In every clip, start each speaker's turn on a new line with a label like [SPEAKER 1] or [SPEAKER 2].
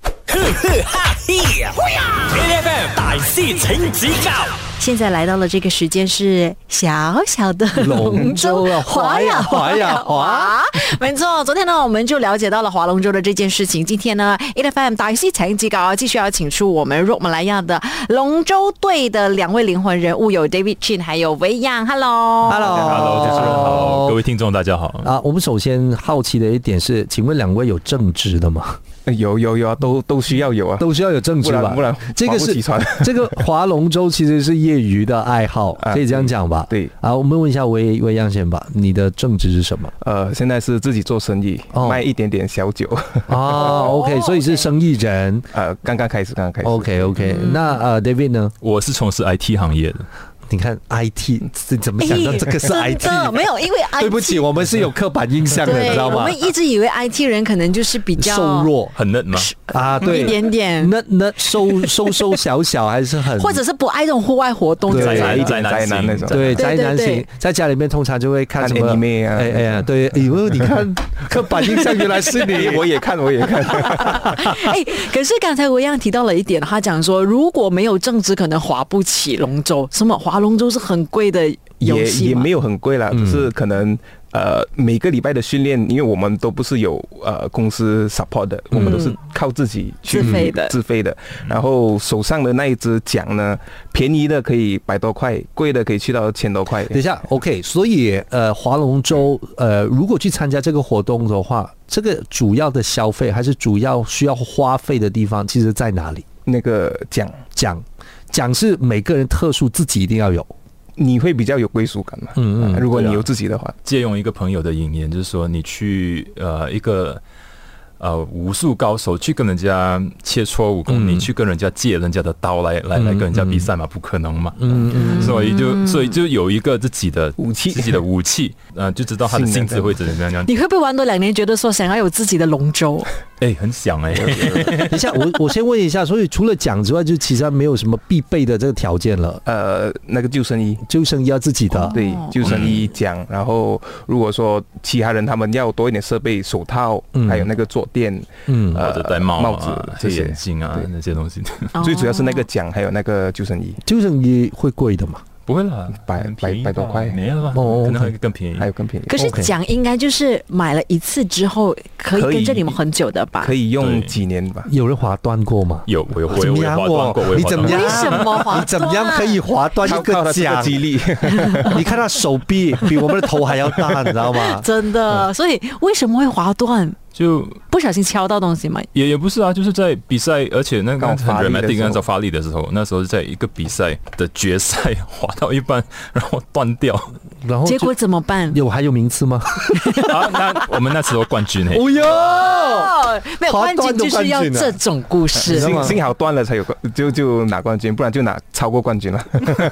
[SPEAKER 1] 呵呵哈嘿，A.F.M. 大师请指教
[SPEAKER 2] 现在来到了这个时间是小小的
[SPEAKER 3] 龙舟啊
[SPEAKER 2] 划呀
[SPEAKER 3] 划呀划。
[SPEAKER 2] 没错，昨天呢我们就了解到了划龙舟的这件事情。今天呢，A F M 大戏成绩高，继续要请出我们若马来亚的龙舟队的两位灵魂人物，有 David Chin 还有维扬。Hello，
[SPEAKER 3] Hello，
[SPEAKER 4] Hello，主持人好，各位听众大家好。
[SPEAKER 3] 啊，我们首先好奇的一点是，请问两位有正职的吗？
[SPEAKER 4] 有有有啊，都都需要有啊，
[SPEAKER 3] 都需要有正职
[SPEAKER 4] 不
[SPEAKER 3] 吧
[SPEAKER 4] 然不？然
[SPEAKER 3] 这个
[SPEAKER 4] 划不
[SPEAKER 3] 是
[SPEAKER 4] 起船。
[SPEAKER 3] 这个划龙舟其实是业余的爱好，
[SPEAKER 4] 啊
[SPEAKER 3] 可以这样讲吧？
[SPEAKER 4] 对
[SPEAKER 3] 啊，我们问一下维维样先吧，你的正职是什么？
[SPEAKER 4] 呃，现在是自己做生意，
[SPEAKER 3] 哦
[SPEAKER 4] 卖一点点小酒，
[SPEAKER 3] 啊，OK，所以是生意人。
[SPEAKER 4] 呃，刚刚开始，刚刚开始。
[SPEAKER 3] OK OK，那呃，David 呢？
[SPEAKER 5] 我是从事 IT 行业的，
[SPEAKER 3] 你看 IT 是怎么想到这个是
[SPEAKER 2] 哎真
[SPEAKER 3] IT？
[SPEAKER 2] 的没有，因为 IT
[SPEAKER 3] 对不起，我们是有刻板印象的，你
[SPEAKER 2] 对
[SPEAKER 3] 知道
[SPEAKER 2] 我
[SPEAKER 3] 吗
[SPEAKER 2] 们？一直以为 IT 人可能就是比较嗯
[SPEAKER 3] 瘦弱
[SPEAKER 5] 很嫩吗？
[SPEAKER 3] 啊，对，
[SPEAKER 2] 一点点，
[SPEAKER 3] 那那瘦瘦瘦小小还是很，
[SPEAKER 2] 或者是不爱这种户外活动
[SPEAKER 3] 对
[SPEAKER 2] 之
[SPEAKER 5] 宅
[SPEAKER 2] 类
[SPEAKER 5] 男宅
[SPEAKER 2] 的
[SPEAKER 4] 宅一点
[SPEAKER 5] 男
[SPEAKER 4] 宅男
[SPEAKER 5] 型
[SPEAKER 4] 那种
[SPEAKER 3] 对
[SPEAKER 2] 对对
[SPEAKER 3] 宅男
[SPEAKER 2] 对
[SPEAKER 3] 型，在家里面通常就会看
[SPEAKER 4] 看
[SPEAKER 3] 什么
[SPEAKER 4] anime 啊
[SPEAKER 3] 哎哎呀，对，哎呦，你看 刻板印象原来是你，
[SPEAKER 4] 我也看，我也看。
[SPEAKER 2] 哎，可是刚才我一样提到了一点，他讲说如果没有正职，可能划不起龙舟。什么划龙舟是很贵的游
[SPEAKER 4] 也
[SPEAKER 2] 戏
[SPEAKER 4] 也
[SPEAKER 2] 嘛
[SPEAKER 4] 没有很贵啦，只是可能呃每个礼拜的训练，因为我们都不是有呃公司 support 的，我们都是靠自己去
[SPEAKER 2] 自费的
[SPEAKER 4] 自费的。然后手上的那一只奖呢，便宜的可以百多块，贵的可以去到千多块。
[SPEAKER 3] 等一下，OK，所以呃，划龙舟，呃，如果去参加这个活动的话，这个主要的消费还是主要需要花费的地方，其实在哪里？
[SPEAKER 4] 那个奖
[SPEAKER 3] 讲讲是每个人特殊自己一定要 有，
[SPEAKER 4] 你会比较有归属感嘛？
[SPEAKER 3] 嗯嗯
[SPEAKER 4] 啊如果
[SPEAKER 5] 对
[SPEAKER 4] 你
[SPEAKER 5] 啊
[SPEAKER 4] 有自己的话，
[SPEAKER 5] 借用一个朋友的引言，就是说你去呃一个呃武术高手去跟人家切磋武功，
[SPEAKER 3] 嗯
[SPEAKER 5] 你去跟人家借人家的刀来
[SPEAKER 4] 嗯
[SPEAKER 5] 来来跟人家比赛嘛，不可能嘛。
[SPEAKER 3] 嗯嗯，
[SPEAKER 5] 所以就所以就有一个自己的
[SPEAKER 4] 武器
[SPEAKER 5] 自己的武器，呃，就知道他的
[SPEAKER 4] 性
[SPEAKER 5] 性
[SPEAKER 4] 能
[SPEAKER 5] 质会怎么样样。
[SPEAKER 2] 你会不会玩多两年，觉得说想要有自己的龙 舟？
[SPEAKER 5] 哎，很想 哎，
[SPEAKER 3] 等一下，我我先问一下，所以除了讲之外，就其实没有什么必备的这个条件了，
[SPEAKER 4] 呃，那个救生衣，
[SPEAKER 3] 救生衣要自己的，
[SPEAKER 4] 哦对，救生衣奖。然后如果说其他人他们要多一点设备，手套，
[SPEAKER 3] 嗯
[SPEAKER 4] 还有那个坐垫，
[SPEAKER 3] 嗯，
[SPEAKER 5] 或者戴帽
[SPEAKER 4] 帽
[SPEAKER 5] 啊
[SPEAKER 4] 子、这
[SPEAKER 5] 黑
[SPEAKER 4] 些
[SPEAKER 5] 眼镜啊
[SPEAKER 4] 对
[SPEAKER 5] 那些东西，
[SPEAKER 4] 最主要是那
[SPEAKER 2] 哦
[SPEAKER 4] 个奖，还有那个救生衣，
[SPEAKER 3] 救生衣会贵的嘛？
[SPEAKER 5] 不会啦，
[SPEAKER 4] 百
[SPEAKER 5] 很便宜
[SPEAKER 4] 百百多
[SPEAKER 5] 吧
[SPEAKER 4] 块
[SPEAKER 5] 没了吧？
[SPEAKER 3] 哦
[SPEAKER 5] 可能还
[SPEAKER 3] OK
[SPEAKER 5] 更便宜
[SPEAKER 4] 还。有更便宜。
[SPEAKER 2] 可是
[SPEAKER 3] OK
[SPEAKER 2] 奖应该就是买了一次之后可以
[SPEAKER 4] 可以
[SPEAKER 2] 跟着你们很久的吧
[SPEAKER 4] 可？以用
[SPEAKER 5] 对
[SPEAKER 4] 几年吧？
[SPEAKER 3] 有人划断过吗？
[SPEAKER 5] 有，我有，我
[SPEAKER 3] 怎
[SPEAKER 5] 有，
[SPEAKER 3] 么
[SPEAKER 5] 我有
[SPEAKER 4] 啊
[SPEAKER 3] 样
[SPEAKER 5] 划断过，
[SPEAKER 3] 我
[SPEAKER 5] 我有
[SPEAKER 3] 你
[SPEAKER 5] 划
[SPEAKER 3] 怎
[SPEAKER 5] 断
[SPEAKER 3] 么
[SPEAKER 5] 过
[SPEAKER 3] 样？
[SPEAKER 2] 为什么划断
[SPEAKER 3] 你怎么样可以划断
[SPEAKER 4] 靠
[SPEAKER 3] 一
[SPEAKER 4] 靠
[SPEAKER 3] 个
[SPEAKER 4] 他这个
[SPEAKER 3] 奖？
[SPEAKER 4] 激励，
[SPEAKER 3] 你看他手臂比我们的头还要大，你知道吗？
[SPEAKER 2] 真
[SPEAKER 3] 嗯
[SPEAKER 2] 的，所以为什么会划断？
[SPEAKER 5] 就
[SPEAKER 2] 不小心敲到东西吗？
[SPEAKER 5] 也也不是啊，就是在比赛，而且那个
[SPEAKER 4] 刚发
[SPEAKER 5] 很
[SPEAKER 4] 力的
[SPEAKER 5] dramatic，
[SPEAKER 4] 时候
[SPEAKER 5] 那时候发力的时候，那时候是在一个比赛的决赛滑到一半，然后断 掉
[SPEAKER 3] 然哦后就
[SPEAKER 2] 结果怎么办？
[SPEAKER 3] 有还有名 次吗？
[SPEAKER 5] 啊。那我们那时候冠军诶，
[SPEAKER 3] 哦哟，
[SPEAKER 2] 哦，没有
[SPEAKER 3] 划
[SPEAKER 2] 冠
[SPEAKER 3] 断
[SPEAKER 2] 军
[SPEAKER 3] 都
[SPEAKER 2] 就是要
[SPEAKER 3] 冠军啊
[SPEAKER 2] 这种故事。
[SPEAKER 3] 道吗
[SPEAKER 4] 幸幸好断了才有冠，就就拿冠军，不然就拿超过冠军了。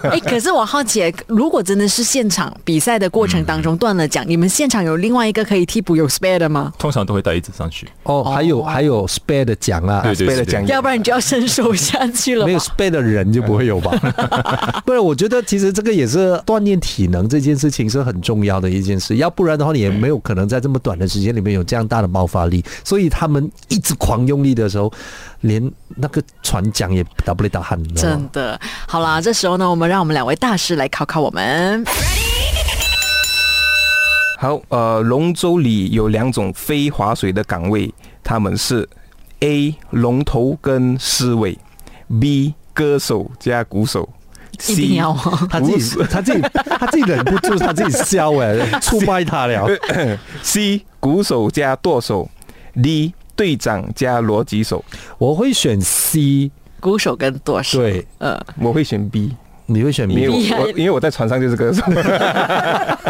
[SPEAKER 2] 哎、可是我好奇，如果真的是现场比赛的过程当中断了奖，你们现场有另外一个可以替补有 spare 的吗？
[SPEAKER 5] 通常都会带一只上去。
[SPEAKER 3] 哦，还有还有 spare 的奖啊，
[SPEAKER 5] 对对
[SPEAKER 4] 被了
[SPEAKER 5] 对
[SPEAKER 4] 奖
[SPEAKER 5] 对，
[SPEAKER 2] 要不然你就要伸手下去了吧。
[SPEAKER 3] 没有 spare 的人就不会 有吧？不然我觉得其实这个也是锻炼体能这件事情是很重要的一件事，要不然的话你也没有可能在这么短的时间里面有这样大的爆发力。所以他们一直狂用力的时候，连那个船桨也打不了打汗，你知道吗
[SPEAKER 2] 真？的，好啦，这时候呢，我们让我们两位大师来考考我们。
[SPEAKER 4] 好，呃，龙舟里有两种非划水的岗位，他们是 A 龙头跟狮尾，B 歌手加鼓手
[SPEAKER 2] 一定
[SPEAKER 4] ，C
[SPEAKER 2] 要哦
[SPEAKER 3] 他自己他自己他自己忍不住他自己笑哎、 出卖他了。
[SPEAKER 4] C 鼓手加舵手，D 队长加逻辑手。
[SPEAKER 3] 我会选 C，
[SPEAKER 2] 鼓手跟舵手。
[SPEAKER 3] 对，
[SPEAKER 2] 呃，
[SPEAKER 4] 我会选 B，
[SPEAKER 3] 你会选
[SPEAKER 4] 因
[SPEAKER 3] B
[SPEAKER 4] 为。我
[SPEAKER 2] B 啊
[SPEAKER 4] 我因为我在船上就是歌手。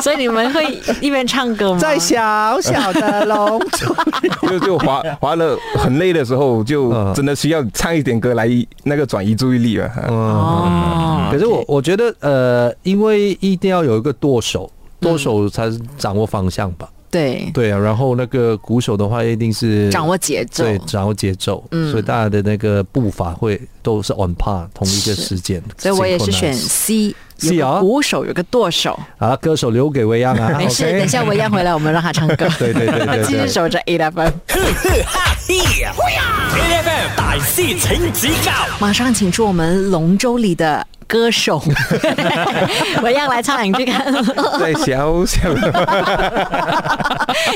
[SPEAKER 2] 所以你们会一边唱歌吗？
[SPEAKER 3] 小小的龙舟，
[SPEAKER 4] 就就滑滑了很累的时候，就
[SPEAKER 3] 嗯
[SPEAKER 4] 真的需要唱一点歌来那个转移注意力了。啊
[SPEAKER 3] 嗯，
[SPEAKER 2] 哦，
[SPEAKER 3] 可是我
[SPEAKER 2] OK
[SPEAKER 3] 我觉得呃，因为一定要有一个舵手，
[SPEAKER 4] 嗯
[SPEAKER 3] 舵手才是掌握方向吧。
[SPEAKER 2] 对
[SPEAKER 3] 对啊，然后那个鼓手的话，一定是
[SPEAKER 2] 掌握节奏。
[SPEAKER 3] 对掌握节奏，
[SPEAKER 2] 嗯
[SPEAKER 3] 所以大家的那个步伐会都是 on par 同一个
[SPEAKER 2] 是
[SPEAKER 3] 时间。
[SPEAKER 2] 所以我也是选
[SPEAKER 3] synchronized
[SPEAKER 2] C，有
[SPEAKER 3] C
[SPEAKER 2] 个
[SPEAKER 3] 啊
[SPEAKER 2] 鼓手，有个舵手。
[SPEAKER 3] 好了，歌手留给维亚啊，
[SPEAKER 2] 没事
[SPEAKER 3] OK
[SPEAKER 2] 等一下我一样回来，我们让 他唱歌。
[SPEAKER 3] 对对对对对
[SPEAKER 2] 继续守着 A F M。
[SPEAKER 1] ，A.F.M. 大大师请指教，
[SPEAKER 2] 马上请出我们龙舟里的歌手，我要来唱两句看。
[SPEAKER 4] 在小小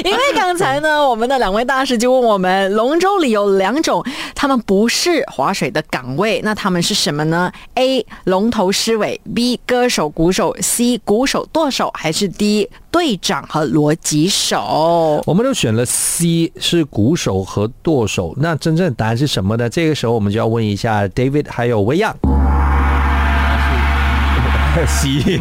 [SPEAKER 2] 因为刚才呢，我们的两位大师就问我们，龙舟里有两种，他们不是划水的岗位，那他们是什么呢？A. 龙头狮尾，B. 歌手鼓手，C. 鼓手舵手，还是 D. 队长和逻辑手？
[SPEAKER 3] 我们都选了 C 是鼓手和舵手，那真正答案是什么呢？这个时候我们就要问一下 David 还有维亚。
[SPEAKER 4] C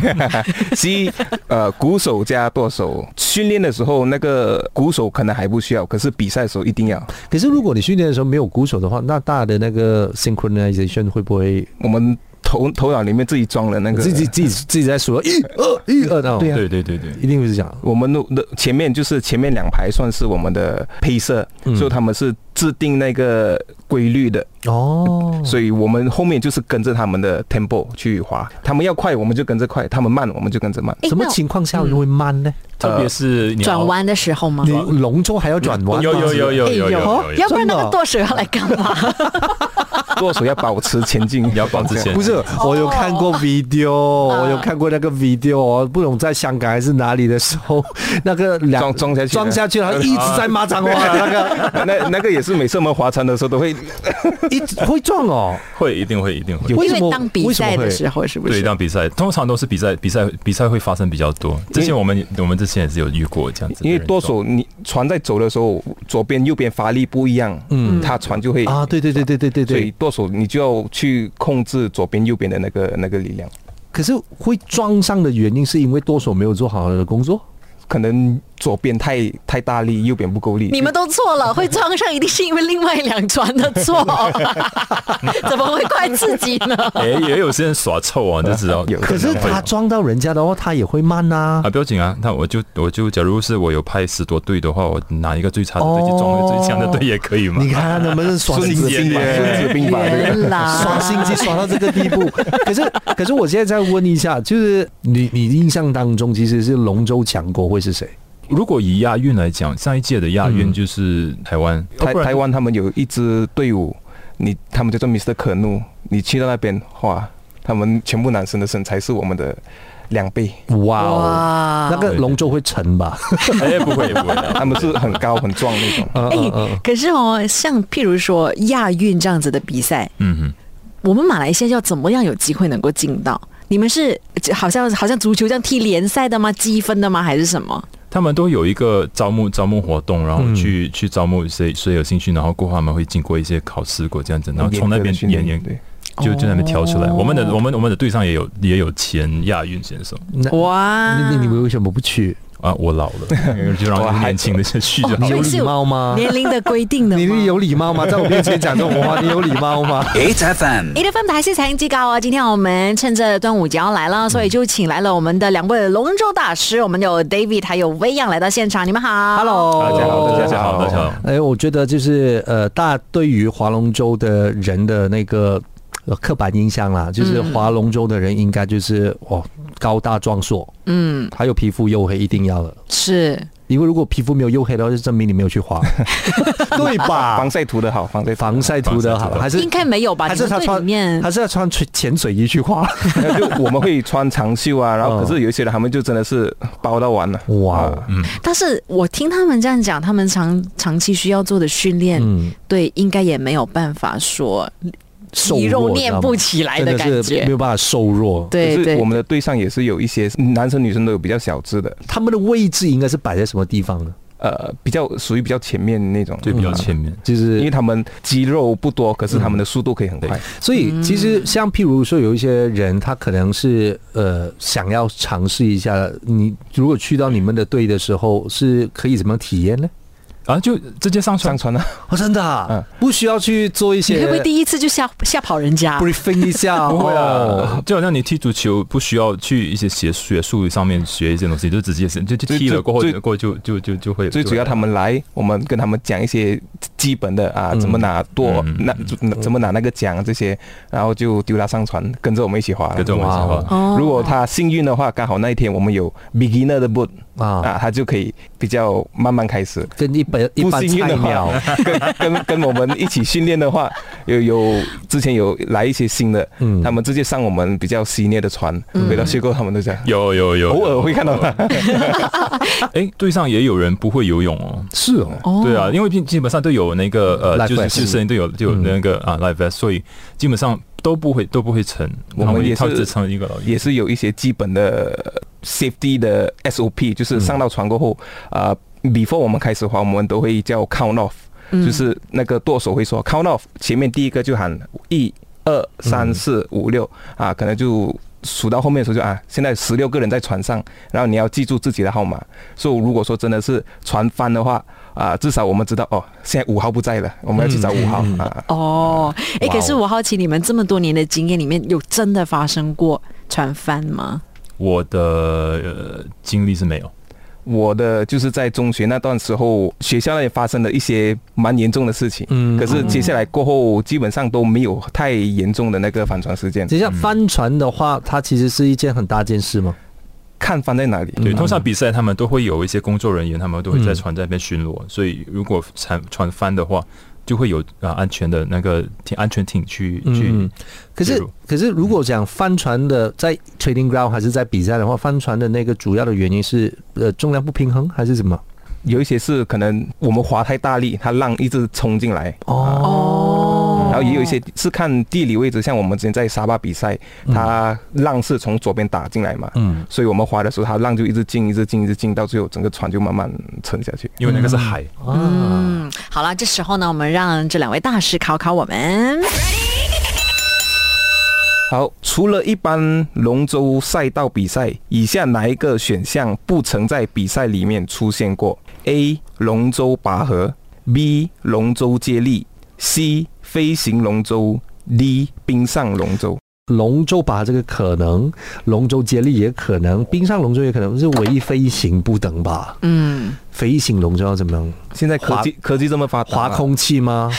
[SPEAKER 4] C 呃鼓手加舵手，训练的时候那个鼓手可能还不需要，可是比赛的时候一定要。
[SPEAKER 3] 可是如果你训练的时候没有鼓手的话，那大的那个 synchronization 会不会
[SPEAKER 4] 我们头头脑里面自己装了那个
[SPEAKER 3] 自己自己自己在数一二一二那种？
[SPEAKER 4] 对啊
[SPEAKER 5] 对对对对，
[SPEAKER 3] 一定会是这样。
[SPEAKER 4] 我们的前面就是前面两排算是我们的配色，
[SPEAKER 5] 嗯
[SPEAKER 4] 所以他们是制定那个规律的，
[SPEAKER 3] 哦，
[SPEAKER 5] 嗯
[SPEAKER 4] 所以我们后面就是跟着他们的 tempo 去滑，他们要快我们就跟着快，他们慢我们就跟着慢。
[SPEAKER 2] 诶
[SPEAKER 3] 什么
[SPEAKER 2] 那
[SPEAKER 3] 情况下会慢呢？
[SPEAKER 5] 特别是你要
[SPEAKER 2] 转，弯的时候吗哎
[SPEAKER 3] 你？龙舟还要转弯吗？
[SPEAKER 5] 有有有有有有有
[SPEAKER 2] 要
[SPEAKER 5] 有，
[SPEAKER 2] 不然那
[SPEAKER 3] 真
[SPEAKER 2] 个
[SPEAKER 3] 的
[SPEAKER 2] 舵手要来干嘛？
[SPEAKER 4] 舵手要保持前进，
[SPEAKER 5] 你要保持前
[SPEAKER 3] 不是，
[SPEAKER 2] 哦
[SPEAKER 3] 我有看过 video，、我
[SPEAKER 2] 啊
[SPEAKER 3] 有看过那个 video，哦不懂在香港还是哪里的时候，那个两
[SPEAKER 4] 装装下去
[SPEAKER 3] 装下去了，然后一直在骂 脏话了，那个
[SPEAKER 4] 那那个也是每次我们划船的时候都会
[SPEAKER 3] 一直会撞哦。
[SPEAKER 5] 会一定会一定会。
[SPEAKER 3] 为
[SPEAKER 2] 因
[SPEAKER 3] 什
[SPEAKER 2] 为
[SPEAKER 3] 么
[SPEAKER 2] 当比赛的时
[SPEAKER 3] 候，
[SPEAKER 2] 候是不
[SPEAKER 5] 对，
[SPEAKER 2] 是？
[SPEAKER 5] 当比赛通常都是比赛，比赛比赛会发生比较多。之前我们我们之前也是有遇过这样子的
[SPEAKER 4] 因
[SPEAKER 5] 人，
[SPEAKER 4] 为舵手你船在走的时候，左边右边发力不一样，嗯，他船就会
[SPEAKER 3] 为什么会啊？对对对对对对
[SPEAKER 4] 所以
[SPEAKER 3] 对。
[SPEAKER 4] 舵手你就要去控制左边右边的那个那个力量，
[SPEAKER 3] 可是会撞上的原因是因为舵手没有做好他的工作。
[SPEAKER 4] 可能左边太太大力，右边不够力。
[SPEAKER 2] 你们都错了，会撞上一定是因为另外两船的错，啊 怎么会怪自己 呢？
[SPEAKER 5] 哎，也有些人耍臭啊，你就知道。
[SPEAKER 4] 有
[SPEAKER 3] 可是他撞到人家的话，他也会慢呐、
[SPEAKER 5] 啊，不要紧啊，那我就我就，假如是我有派十多队的话，我拿一个最差的队去撞那个最强的队也可以嘛。
[SPEAKER 3] 你看他们是耍
[SPEAKER 4] 孙
[SPEAKER 3] 心
[SPEAKER 4] 子
[SPEAKER 3] 机
[SPEAKER 4] 兵法，孙子兵法这个。
[SPEAKER 2] 原来
[SPEAKER 3] 耍心机耍到这个地步。可是，可是我现在再问一下，就是你你印象当中，其实是龙舟强国会是谁？
[SPEAKER 5] 如果以亚运来讲，上一届的亚运就是台湾，
[SPEAKER 4] 台
[SPEAKER 5] 哦不然
[SPEAKER 4] 嗯台湾他们有一支队伍，你他们叫做 Mr. 可怒，你去到那边哇，他们全部男生的身材是我们的两倍，
[SPEAKER 3] 哇哦，
[SPEAKER 2] 哇
[SPEAKER 3] 那个龙舟会沉吧？
[SPEAKER 5] 哎不会不会，
[SPEAKER 4] 他们是很高很壮那种。
[SPEAKER 3] 嗯
[SPEAKER 2] 哎、
[SPEAKER 3] 嗯嗯。
[SPEAKER 2] 可是哦，像譬如说亚运这样子的比赛，
[SPEAKER 5] 嗯哼。
[SPEAKER 2] 我们马来西亚要怎么样有机会能够进到？你们是好像好像足球这样踢联赛的吗？积分的吗？还是什么？
[SPEAKER 5] 他们都有一个招募招募活动，然后去、去招募谁谁有兴趣，然后过后他们会经过一些考试过这样子，然后从那边
[SPEAKER 4] 去
[SPEAKER 5] 演员
[SPEAKER 4] 对，
[SPEAKER 5] 就就在那边挑出来。
[SPEAKER 2] 哦
[SPEAKER 5] 我们的我们我们的队上也有也有前亚运选手
[SPEAKER 3] 那
[SPEAKER 2] 哇！
[SPEAKER 3] 你你们为什么不去？
[SPEAKER 5] 啊，我老了，就让年轻的先去就好
[SPEAKER 3] 你
[SPEAKER 5] 了
[SPEAKER 3] 有
[SPEAKER 2] 哦。
[SPEAKER 3] 礼貌吗？
[SPEAKER 2] 年龄的规定的吗？
[SPEAKER 3] 你有礼貌 吗？在我面前讲这种话，你有礼貌 吗？
[SPEAKER 1] ，8FM，
[SPEAKER 2] A 的分台是财经机构哦，今天我们趁着端午节要来了，所以就请来了我们的两位龙舟大师，我们有 David 还有薇漾来到现场，你们好，Hello，
[SPEAKER 5] 哦大家好，大家好，
[SPEAKER 4] 哦
[SPEAKER 5] 大家好。
[SPEAKER 3] 哎，我觉得就是呃，大家对于划龙舟的人的那个。呃刻板印象啦，就是划龙舟的人应该就是哦高大壮硕，
[SPEAKER 2] 嗯，
[SPEAKER 3] 还有皮肤黝黑，一定要的。
[SPEAKER 2] 是
[SPEAKER 3] 因为如果皮肤没有黝黑的话，就证明你没有去滑， 对吧
[SPEAKER 5] 啊
[SPEAKER 4] 防？晒涂的好，防晒涂
[SPEAKER 3] 防晒涂的好，还是
[SPEAKER 2] 应该没有吧？
[SPEAKER 3] 还是他
[SPEAKER 2] 你们队里
[SPEAKER 3] 穿
[SPEAKER 2] 面，
[SPEAKER 3] 还是要穿潜潜水衣去滑？
[SPEAKER 4] 得就我们会穿长袖啊，然后可是有一些人他们就真的是包到完了，
[SPEAKER 3] 哇
[SPEAKER 4] 啊
[SPEAKER 3] 哦，
[SPEAKER 2] 但是我听他们这样讲，他们长长期需要做的训练，
[SPEAKER 3] 嗯，
[SPEAKER 2] 对，应该也没有办法说
[SPEAKER 3] 瘦
[SPEAKER 2] 肌
[SPEAKER 3] 弱
[SPEAKER 2] 肉练不起来
[SPEAKER 3] 真的
[SPEAKER 2] 感
[SPEAKER 3] 是没
[SPEAKER 2] 觉。
[SPEAKER 3] 有办法瘦弱。
[SPEAKER 2] 对
[SPEAKER 4] 可是
[SPEAKER 2] 对
[SPEAKER 4] 我，们的队上也是有一些男生女生都有比较小只的，
[SPEAKER 3] 他们的位置应该是摆在什么地方呢？
[SPEAKER 4] 呃，比较属于比较前面那种，
[SPEAKER 5] 对，比较前面。
[SPEAKER 3] 就
[SPEAKER 4] 啊，
[SPEAKER 3] 是
[SPEAKER 4] 因为他们肌肉不多，可是他们的速度可以很快。
[SPEAKER 3] 所以其实像譬如说有一些人，他可能是呃想要尝试一下，你如果去到你们的队的时候，是可以怎么体验呢？
[SPEAKER 5] 然后啊就直接上传
[SPEAKER 4] 上，传啊，
[SPEAKER 3] 哦，真的、啊，
[SPEAKER 4] 嗯
[SPEAKER 3] 不需要去做一
[SPEAKER 2] 你会
[SPEAKER 3] 些
[SPEAKER 2] 不会第一次就吓吓跑人家？
[SPEAKER 3] briefing 一下，
[SPEAKER 5] 不会
[SPEAKER 3] 啊哦
[SPEAKER 5] 啊，就好像你踢足球不需要去一些学学术上面学一些东西，就直接是就就
[SPEAKER 4] 最
[SPEAKER 5] 踢了过后
[SPEAKER 4] 最
[SPEAKER 5] 过后就就就就会。
[SPEAKER 4] 最主要他们来，我们跟他们讲一些基本的啊，
[SPEAKER 3] 嗯
[SPEAKER 4] 怎么拿舵
[SPEAKER 5] 嗯，
[SPEAKER 4] 那怎么拿那个桨这些，然后就丢他上船，跟着我们一起划了。
[SPEAKER 5] 跟着我们一起
[SPEAKER 3] 哇
[SPEAKER 5] 滑
[SPEAKER 3] 哦。
[SPEAKER 2] 哦
[SPEAKER 4] 如果他幸运的话，刚好那一天我们有 beginner 的 boot，
[SPEAKER 3] 啊，
[SPEAKER 4] 啊，他就可以比较慢慢开始。
[SPEAKER 3] 跟一般一
[SPEAKER 4] 不
[SPEAKER 3] 般
[SPEAKER 4] 幸运
[SPEAKER 3] 菜
[SPEAKER 4] 的
[SPEAKER 3] 鸟
[SPEAKER 4] 话，跟 跟跟我们一起训练的话，有有之前有来一些新的，
[SPEAKER 3] 嗯
[SPEAKER 4] 他们直接上我们比较犀利的船，回到学过他们都讲，
[SPEAKER 5] 有有有，
[SPEAKER 4] 偶尔会看到他。
[SPEAKER 5] 哎，队上也有人不会游泳哦。
[SPEAKER 3] 是哦，
[SPEAKER 2] 哦
[SPEAKER 5] 对啊，因为基基本上都有那个
[SPEAKER 3] Life
[SPEAKER 5] 呃，就是
[SPEAKER 3] vest
[SPEAKER 5] 救生都有都有那个
[SPEAKER 4] 嗯
[SPEAKER 5] 啊 life vest，所以基本上都不会都不会沉。
[SPEAKER 4] 我们也
[SPEAKER 5] 他
[SPEAKER 4] 是
[SPEAKER 5] 只成一个老
[SPEAKER 4] 也是有一些基本的 safety 的 SOP，就是上到船过后，啊、b e f o r e 我们开始滑，我们都会叫 count off，、就是那个舵手会说 count off，前面第一个就喊一二三四五六啊，可能就。数到后面的时候就啊，现在十六个人在船上，然后你要记住自己的号码。所以如果说真的是船翻的话，啊，至少我们知道哦，现在五号不在了，我们要去找五号、啊。
[SPEAKER 2] 哦，哎，
[SPEAKER 3] 哇哦
[SPEAKER 2] 可是我好奇你们这么多年的经验里面，有真的发生过船翻吗？
[SPEAKER 5] 我的呃经历是没有。
[SPEAKER 4] 我的就是在中学那段时候，学校那里发生了一些蛮严重的事情，
[SPEAKER 3] 嗯
[SPEAKER 4] 可是接下来过后基本上都没有太严重的那
[SPEAKER 3] 嗯
[SPEAKER 4] 个帆船事件。
[SPEAKER 3] 等一下帆船的话，它其实是一件很大件事吗？
[SPEAKER 4] 看帆在哪里？
[SPEAKER 5] 对，
[SPEAKER 3] 嗯
[SPEAKER 5] 通常比赛他们都会有一些工作人员，他们都会在
[SPEAKER 3] 嗯
[SPEAKER 5] 船在那边巡逻，所以如果船船翻的话，就会有啊、呃安全的那个艇安全艇去去、
[SPEAKER 3] 嗯，可
[SPEAKER 5] 介
[SPEAKER 3] 是
[SPEAKER 5] 入
[SPEAKER 3] 可是如果讲帆船的在 trading ground 还是在比赛的话，帆船的那个主要的原因是呃重量不平衡还是什么？
[SPEAKER 4] 有一些是可能我们划太大力，它浪一直冲进来。
[SPEAKER 3] 哦，
[SPEAKER 2] 哦，
[SPEAKER 4] 然后也有一些是看地理位置，像我们之前在沙巴比赛，它浪是从左边打进来嘛，
[SPEAKER 3] 嗯，
[SPEAKER 4] 所以我们划的时候，它浪就一直进，一直进，一直进，到最后整个船就慢慢沉下去。
[SPEAKER 5] 因为那个是海。
[SPEAKER 3] 啊，
[SPEAKER 2] 嗯，好了，这时候呢，我们让这两位大师考考我们。
[SPEAKER 4] 好，除了一般龙舟赛道比赛，以下哪一个选项不曾在比赛里面出现过？A. 龙舟拔河，B. 龙舟接力，C. 飞行龙舟，D. 冰上龙舟。
[SPEAKER 3] 龙舟吧，这个可能，龙舟接力也可能，冰上龙舟也可能，是唯一飞行不能吧？
[SPEAKER 2] 嗯，
[SPEAKER 3] 飞行龙舟要怎么样？
[SPEAKER 4] 现在科技科技这么
[SPEAKER 5] 啊
[SPEAKER 4] 发达，
[SPEAKER 3] 划空 气吗？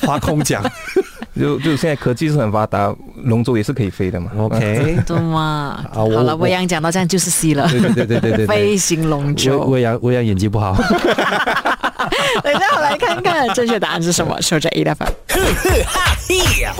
[SPEAKER 3] 划空桨
[SPEAKER 4] 就就现在科技是很发达，龙舟也是可以飞的嘛。
[SPEAKER 3] ？OK，
[SPEAKER 2] 对嘛。
[SPEAKER 3] 啊我
[SPEAKER 2] 好了，
[SPEAKER 3] 我
[SPEAKER 2] 未央讲到这样就是 C 了。
[SPEAKER 3] 对对对对对对
[SPEAKER 2] 飞
[SPEAKER 3] 对。
[SPEAKER 2] 行龙
[SPEAKER 3] 我
[SPEAKER 2] 舟。
[SPEAKER 3] 我阳我阳演技不好，
[SPEAKER 2] 等一下，我来看看正确答案是什么。守着 e l e p h a n
[SPEAKER 1] 呵呵哈嘿呀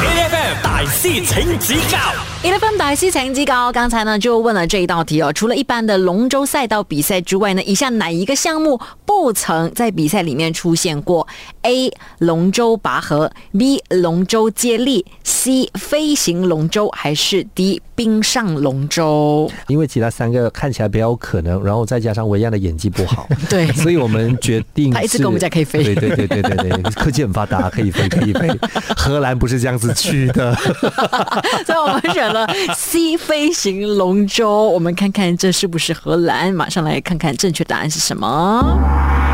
[SPEAKER 1] ！A F M 大师请指教
[SPEAKER 2] e l e p h a n 大师成绩高。刚才呢就问了这一道题哦，除了一般的龙舟赛道比赛之外呢，以下哪一个项目不曾在比赛里面出现过？A. 龙舟拔河，B. 龙舟接力，C. 飞行龙舟，还是 D. 冰上龙舟？
[SPEAKER 3] 因为其他三个看起来比较有可能，然后再加上维亚的演技不好，
[SPEAKER 2] 对
[SPEAKER 3] 所以我们决定
[SPEAKER 2] 他一直
[SPEAKER 3] 是
[SPEAKER 2] 跟我们讲可以飞
[SPEAKER 3] 对对对对对对，科技很发达，可以飞可 以飞。荷兰不是这样子去的，
[SPEAKER 2] 所以我们选了 C 飞行龙舟。我们看看这是不是荷兰？马上来看看正确答案是什
[SPEAKER 3] 嗯
[SPEAKER 2] 么。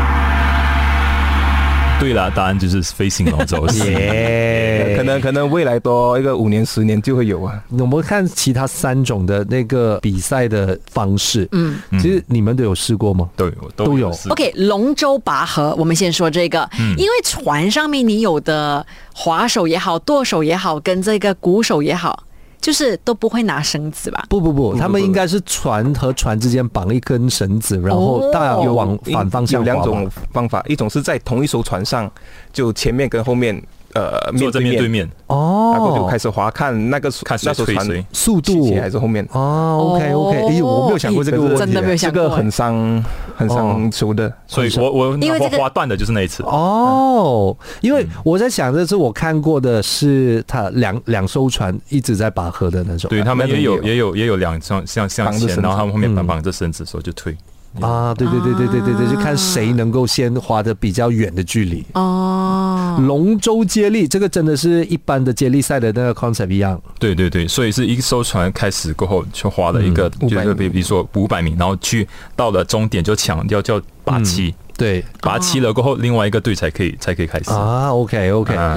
[SPEAKER 5] 对啦，答案就是飞行龙舟。是
[SPEAKER 3] 耶
[SPEAKER 4] 可能可能未来多一个五年十年就会有啊。
[SPEAKER 3] 我们看其他三种的那个比赛的方式，嗯，其实你们都有试过吗？
[SPEAKER 4] 嗯
[SPEAKER 5] 对，我
[SPEAKER 3] 都
[SPEAKER 5] 都
[SPEAKER 3] 有
[SPEAKER 5] 是
[SPEAKER 2] OK，龙舟拔河，我们先说这个，
[SPEAKER 3] 嗯
[SPEAKER 2] 因为船上面你有的划手也好，舵手也好，跟这个鼓手也好，就是都不会拿绳子吧？
[SPEAKER 3] 不不不，
[SPEAKER 4] 不
[SPEAKER 3] 他们应该是船和船之间绑一根绳子，然后大家
[SPEAKER 2] 哦
[SPEAKER 3] 往反方向
[SPEAKER 4] 有两
[SPEAKER 3] 划吧
[SPEAKER 4] 种方法，一种是在同一艘船上，就前面跟后面呃
[SPEAKER 5] 坐
[SPEAKER 4] 面
[SPEAKER 5] 在
[SPEAKER 4] 对
[SPEAKER 5] 面
[SPEAKER 4] 面
[SPEAKER 5] 对面，
[SPEAKER 4] 然后就
[SPEAKER 3] 哦
[SPEAKER 4] 开，始划看那个
[SPEAKER 5] 看谁
[SPEAKER 4] 那艘
[SPEAKER 5] 推
[SPEAKER 4] 船
[SPEAKER 5] 谁
[SPEAKER 3] 速
[SPEAKER 4] 起
[SPEAKER 3] 度
[SPEAKER 4] 起还是后面，
[SPEAKER 3] 哦，OK OK，哎呦，我没有想哦过这个
[SPEAKER 2] 咦
[SPEAKER 3] 问题，
[SPEAKER 2] 真的没有
[SPEAKER 4] 这
[SPEAKER 2] 想过，
[SPEAKER 4] 个很伤很伤球的。
[SPEAKER 5] 所以我我
[SPEAKER 2] 因为
[SPEAKER 5] 脑瓜
[SPEAKER 2] 这个
[SPEAKER 5] 花断的就是那一次。
[SPEAKER 3] 哦，因为我在想，这次我看过的是他两两艘船一直在拔河的那种，
[SPEAKER 5] 对他们
[SPEAKER 4] 那种
[SPEAKER 5] 也有
[SPEAKER 4] 也
[SPEAKER 5] 也有也有两向向向
[SPEAKER 4] 绑着绳
[SPEAKER 5] 前，
[SPEAKER 4] 子
[SPEAKER 5] 然后他们后面
[SPEAKER 3] 嗯
[SPEAKER 5] 绑绑着绳子的时候就推。
[SPEAKER 3] 啊，对对对对对对对，就看谁能够先划的比较远的距离。
[SPEAKER 2] 哦，
[SPEAKER 3] 啊龙舟接力这个真的是一般的接力赛的那个 concept 一样，
[SPEAKER 5] 对对对，所以是一艘船开始过后，就划了一个，
[SPEAKER 4] 嗯
[SPEAKER 5] 就是
[SPEAKER 4] 500
[SPEAKER 5] 比比如说五百米，然后去到了终点就抢要叫拔旗，
[SPEAKER 3] 对
[SPEAKER 5] 拔旗了过后，另外一个队才可以才可以开始。
[SPEAKER 3] 啊，OK OK，
[SPEAKER 5] 啊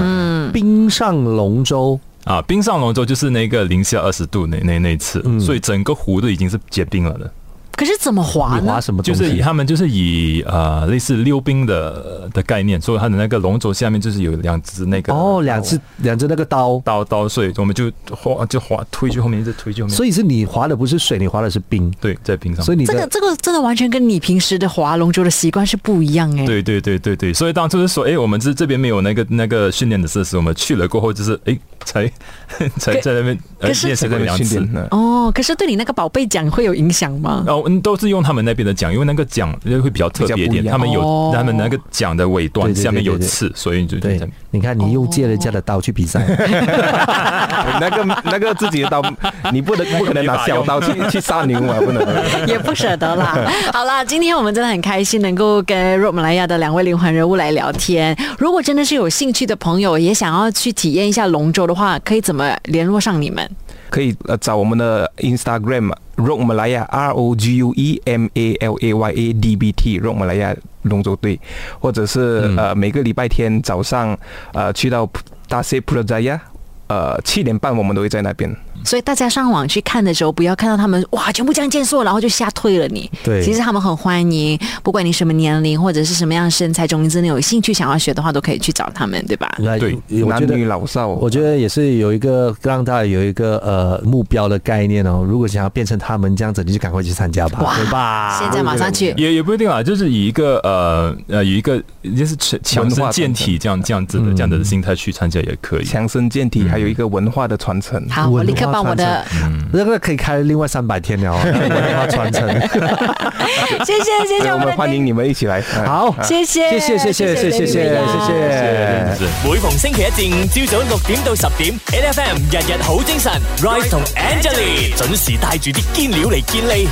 [SPEAKER 3] 冰上龙舟
[SPEAKER 5] 啊，冰上龙舟就是那个零下二十度那那那一次，
[SPEAKER 3] 嗯
[SPEAKER 5] 所以整个湖都已经是结冰了的。
[SPEAKER 2] 可是怎么滑
[SPEAKER 3] 你
[SPEAKER 2] 呢
[SPEAKER 3] 划？什么
[SPEAKER 5] 就
[SPEAKER 3] 东
[SPEAKER 5] 是以
[SPEAKER 3] 西？
[SPEAKER 5] 他们就是以呃类似溜冰的的概念，所以它的那个龙舟下面就是有两只那个
[SPEAKER 3] 哦，两只两只那个刀，
[SPEAKER 5] 刀刀，所以我们就滑就滑推去后面，一直推去后面。
[SPEAKER 3] 所以是你划的不是水，你划的是冰，
[SPEAKER 5] 对，在冰上。
[SPEAKER 3] 所以你
[SPEAKER 2] 这个
[SPEAKER 3] 的
[SPEAKER 2] 这个真的完全跟你平时的划龙舟的习惯是不一样哎、
[SPEAKER 5] 对对对对对，所以当初是说，哎，我们这这边没有那个那个训练的设施，我们去了过后就是，哎，才 才
[SPEAKER 2] 可
[SPEAKER 5] 在那边呃
[SPEAKER 2] 可是
[SPEAKER 5] 练习了两
[SPEAKER 4] 训
[SPEAKER 5] 次
[SPEAKER 4] 练。呢。
[SPEAKER 2] 哦，可是对你那个宝贝奖会有影响吗？
[SPEAKER 5] 哦，嗯都是用他们那边的桨，因为那个桨会比较特别一点，
[SPEAKER 4] 比较不
[SPEAKER 5] 他
[SPEAKER 4] 一样
[SPEAKER 5] 们有、
[SPEAKER 2] 哦
[SPEAKER 5] 他们那个桨的尾
[SPEAKER 3] 对
[SPEAKER 5] 端
[SPEAKER 3] 对对
[SPEAKER 5] 下面有
[SPEAKER 3] 对对
[SPEAKER 5] 刺，所以就嗯
[SPEAKER 3] 对，你看你又借人家的刀去比 赛，
[SPEAKER 4] 那个那个自己的刀， 你不能不可能拿小刀去 去杀牛嘛，不能。啊
[SPEAKER 2] 也不舍得啦。 好啦，今天我们真的很开心能够跟若马来亚的两位灵魂人物来聊天。如果真的是有兴趣的朋友，也想要去体验一下龙舟的话，可以怎么联络上你们？
[SPEAKER 4] 可以呃找我们的 Instagram Rock Malaya R O G U E M A L A Y A D B T Rock Malaya 龙舟队，或者是、
[SPEAKER 3] 嗯
[SPEAKER 4] 呃每个礼拜天早上呃去到大西普罗扎亚。呃，七点半我们都会在那边。
[SPEAKER 2] 所以大家上网去看的时候，不要看到他们哇全部这样健硕，然后就吓退了你。
[SPEAKER 3] 对
[SPEAKER 2] 其实他们很欢迎，不管你什么年龄或者是什么样的身材，总之你有兴趣想要学的话，都可以去找他们，对
[SPEAKER 4] 嗯
[SPEAKER 2] 吧？
[SPEAKER 3] 那
[SPEAKER 5] 对
[SPEAKER 3] 我
[SPEAKER 4] 男
[SPEAKER 3] 觉得
[SPEAKER 4] 女老少，
[SPEAKER 3] 我觉得也是有一个让大家有一个呃目标的概念哦。如果想要变成他们这样子，你就赶快去参加吧，对吧？
[SPEAKER 2] 现在马上
[SPEAKER 4] 啊
[SPEAKER 2] 去。
[SPEAKER 5] 也也不一定啦，啊就是以一个呃呃以一个就是强强
[SPEAKER 4] 文
[SPEAKER 5] 身
[SPEAKER 4] 化
[SPEAKER 5] 健体这样这样子的这样的心态去参加也可以。
[SPEAKER 4] 强身健
[SPEAKER 3] 嗯
[SPEAKER 4] 体，还有一个文化的传承。
[SPEAKER 2] 好，我
[SPEAKER 3] 文化
[SPEAKER 2] 立刻把我的，
[SPEAKER 3] 那个可以开另外三百天了哦，文化 传承。
[SPEAKER 2] 谢谢谢谢
[SPEAKER 4] 哎对，我们
[SPEAKER 2] 的
[SPEAKER 4] 欢迎你们一起来。嗯
[SPEAKER 3] 好，
[SPEAKER 2] 谢谢
[SPEAKER 3] 谢谢，谢谢，谢谢，谢谢，
[SPEAKER 2] David 呀
[SPEAKER 3] 谢谢。
[SPEAKER 5] 是
[SPEAKER 1] 每逢星期一至五朝早六點到十點，N F M 日日好精神，Rise 同 Angelie 準時帶住啲堅料嚟健利。